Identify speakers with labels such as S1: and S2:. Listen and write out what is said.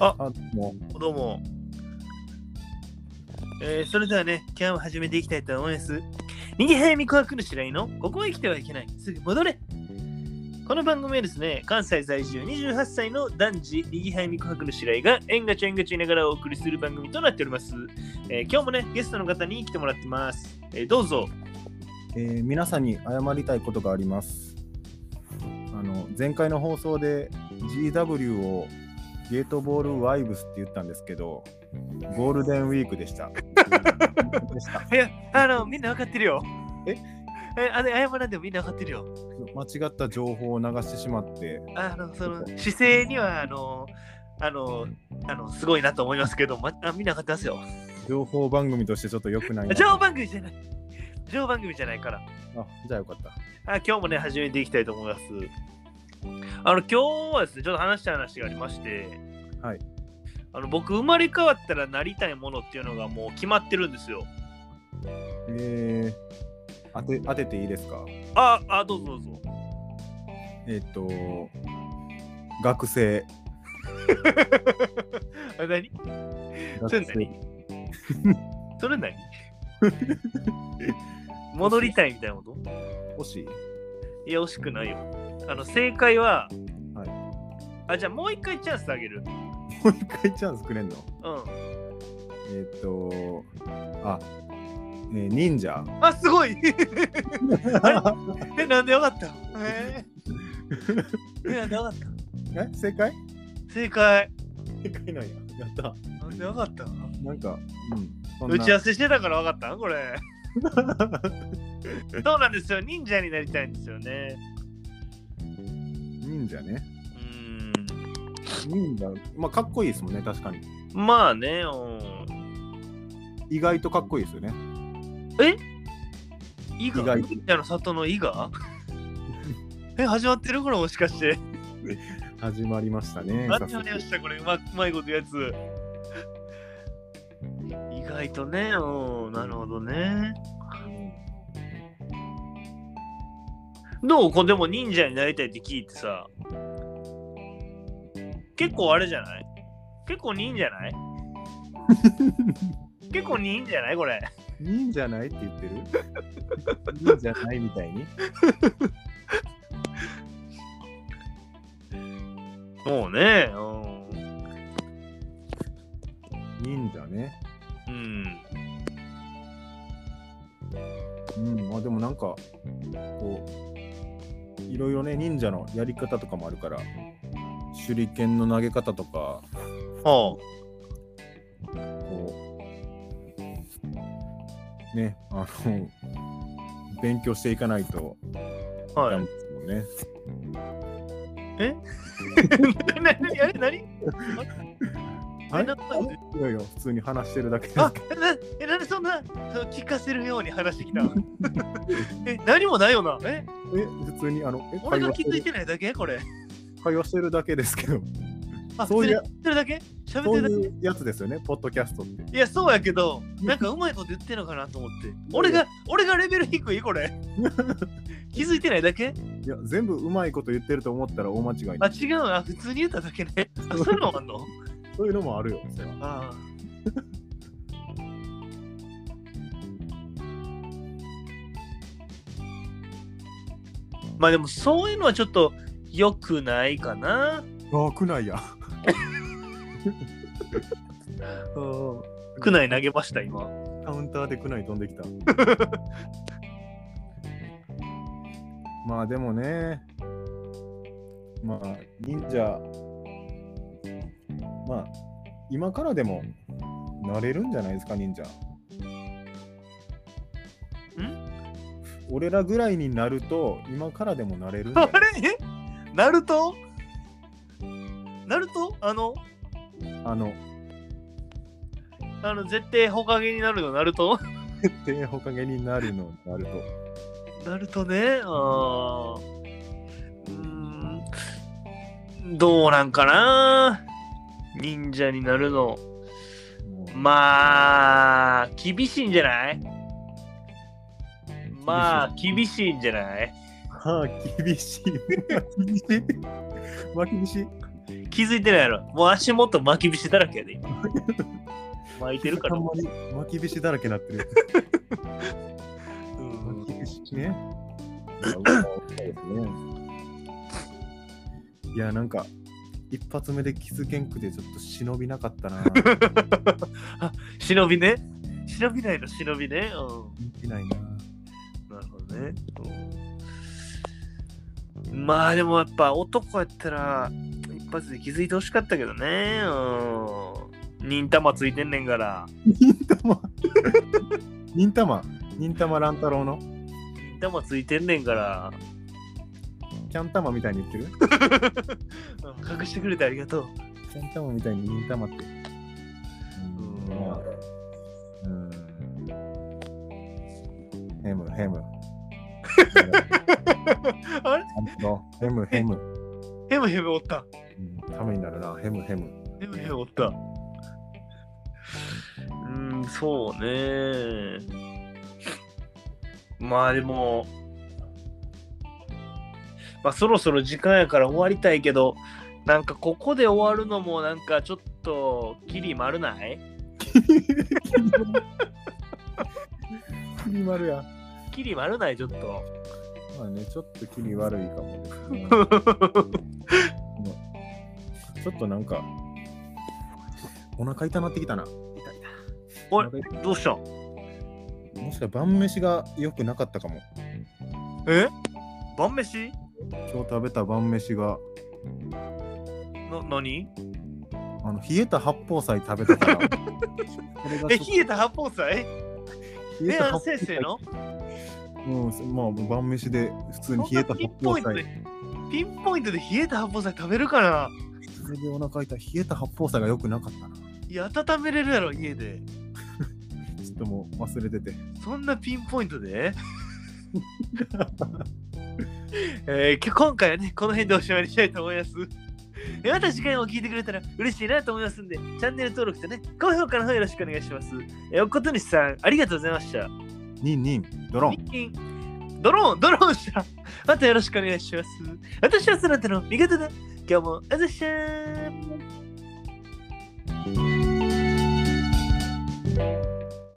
S1: あ
S2: あもう
S1: どうも。えーそれではね、キャンを始めていきたいと思います。右早見琥珀の白井の、ここへ来てはいけない、すぐ戻れこの番組はですね、関西在住28歳の男児、右早見琥珀の白井が、縁がちょ縁がち言いながらお送りする番組となっております。えー今日もね、ゲストの方に来てもらってます。えーどうぞ。
S2: えー皆さんに謝りたいことがあります。あの前回の放送で GW をゲートボールワイブスって言ったんですけど、ゴールデンウィークでした。でした
S1: いや、あの、みんなわかってるよ。
S2: え
S1: え、あれ、謝らんでもみんなわかってるよ。
S2: 間違った情報を流してしまって、
S1: あのその姿勢にはあのあのあのすごいなと思いますけど、まあ、見なかったですよ。
S2: 情報番組としてちょっと良くないな
S1: 情報番組じゃない。情報番組じゃないから。
S2: あじゃあよかった。
S1: あ今日もね、始めていきたいと思います。あの、今日はですね、ちょっと話したい話がありまして、
S2: はい。
S1: あの僕、生まれ変わったらなりたいものっていうのがもう決まってるんですよ。
S2: えー、当て当てていいですか
S1: あ、あ、どうぞどうぞ。
S2: えっ、と、学生。
S1: あ何
S2: 学
S1: それ
S2: 生
S1: 何それ 何戻りたいみたいなこと
S2: 欲しい
S1: いや、惜しくないよ。あの、正解は、
S2: は
S1: あ、じゃあもう一回チャンスあげる。うん。
S2: もう一回チャンスくれんのえっ、と、あ、えー忍 者。
S1: あ、すごい え、なんでよかったえー、えなんでよかった
S2: え正解
S1: 正解。
S2: 正解なんや。やった。
S1: なんでよかった
S2: なんか、うん。そんな
S1: 打ち合わせしてたから分かったんこ れ。そうなんですよ。忍者になりたいんですよね。
S2: 忍者ね。
S1: うーん。
S2: 忍者、まあ、かっこいいですもんね、確かに。
S1: まあね、うん。
S2: 意外とかっこいいですよね。
S1: 伊賀
S2: 伊賀
S1: 忍者の里の伊賀 え、始まってるこれもしかして。
S2: 始まりましたね。
S1: なんて
S2: 早速
S1: 話したこれうまうまいことや つ意外とねうんなるほどねどうこうでも忍者になりたいって聞いてさ結構あれじゃない結構忍じゃ ない結構忍じゃないこれ
S2: 忍者ないって言ってる 忍者ないみたいに。
S1: もうねうん
S2: 忍者ね。
S1: うん
S2: うん、まあでもなんか、こう、いろいろね、忍者のやり方とかもあるから、手裏剣の投げ方とか、
S1: は
S2: こう、ね、あの、勉強していかないと
S1: あ
S2: ダ
S1: は
S2: メ
S1: い
S2: ですもんね。
S1: 何何あれ 何
S2: あれ
S1: なんか
S2: いやいや、普通に話してるだけです
S1: あなえなんでそんなその聞かせるように話してきた のえ何もないよなえ
S2: え、普通に、あの、え
S1: 俺
S2: 会
S1: が
S2: 話
S1: 気
S2: して
S1: づい
S2: る
S1: てないだけこれ
S2: 会話してるだけですけ ど、
S1: あ
S2: そういう
S1: 普通に言ってるだけ喋
S2: そ
S1: ってる
S2: う
S1: だけ
S2: いうやつですよね、ポッドキャストって。
S1: いやそうやけどなんかうまいこと言ってんのかなと思って俺が俺がレベル低いこ れ気づいてないだけ
S2: いや、全部うまいこと言ってると思ったら大間違い
S1: あ
S2: ない。
S1: 違うあ普通に言っただけねあそういうのもあんの
S2: そういうのもあるよ、それは
S1: ああまあでもそういうのはちょっと良くないかな。
S2: あ、くないや。
S1: うん。区内投げました今。
S2: カウンターでくない飛んでき た。まあでもね、まあ忍者、まあ今からでもなれるんじゃないですか、忍者。俺らぐらいになると今からでもなれるんじゃ
S1: あ
S2: ない
S1: れナルトナルトあの、
S2: あの、
S1: あの絶対ほかげになるのナルト
S2: 手ほかげになるのなると。
S1: ナルトね。ああ。うーん。どうなんかな忍者になるの。
S2: もう
S1: まあ、厳しいんじゃないまあ、厳しいんじゃない
S2: まあ厳しい。まあ厳しい。まあ厳しい。
S1: 気づいてないやろ。もう足元巻きびしだらけやで、 今。巻いてるから。
S2: ほんまに巻きびしだらけになってる。
S1: うん
S2: きびしね。いや、なんか、一発目で気づけんくて、ちょっと忍びなかったな。
S1: 忍びね。忍びないの、忍びね。うん。
S2: いないな。
S1: なるほどね。まあでもやっぱ男やったら一発で気づいてほしかったけどね。うん。忍たまついてんねんから。
S2: 忍たま、忍たま乱太郎の
S1: 忍たまついてんねんから。
S2: キャンタマみたいに言ってる
S1: うん隠してくれてありがとう。
S2: キャンタマみたいに忍たまって。うんまあうんヘム、ヘム。
S1: あれ
S2: ヘム、ヘム。
S1: ヘムヘムおった。
S2: うんためになるな、ヘム、ヘム。
S1: ヘムヘムおった。うーん、そうね。まあでも、まあそろそろ時間やから終わりたいけど、なんかここで終わるのもなんかちょっとキリ丸ない
S2: キリ丸や。
S1: キリ丸ないちょっ と。
S2: まあね、ちょっと気に悪いかもですね。ちょっとなんか、お腹痛なってきたな。
S1: おい
S2: お腹痛
S1: どうしたん
S2: いもしかしたら晩飯が良くなかったかも。
S1: え晩飯
S2: 今日食べた晩飯が、
S1: の何
S2: あの冷えた八宝菜食べたから。これが
S1: え、
S2: ちょっと
S1: 冷えた八宝菜
S2: 冷
S1: え、
S2: た
S1: あの
S2: 八宝
S1: 先
S2: 菜
S1: 生の
S2: うん、まあ晩飯で普通に冷えた
S1: ピ
S2: 八
S1: ンポイ
S2: 宝
S1: ント
S2: 菜
S1: で。ピンポイントで冷えた八宝菜食べるかな
S2: それでお腹痛い。冷えた八宝菜が良くなかったな。
S1: いや温めれるやろ家で
S2: ちょっともう忘れてて。
S1: そんなピンポイント でえー、き今回はねこの辺でおしまいにしたいと思いますえまた次回も聞いてくれたら嬉しいなと思いますんでチャンネル登録とね高評価の方よろしくお願いしますえおことにしさんありがとうございました
S2: ニンニン、ドローン。
S1: ニンニンドローンドローンしたまたよろしくお願いします私はそなたの味方だ今日もあざっしゃー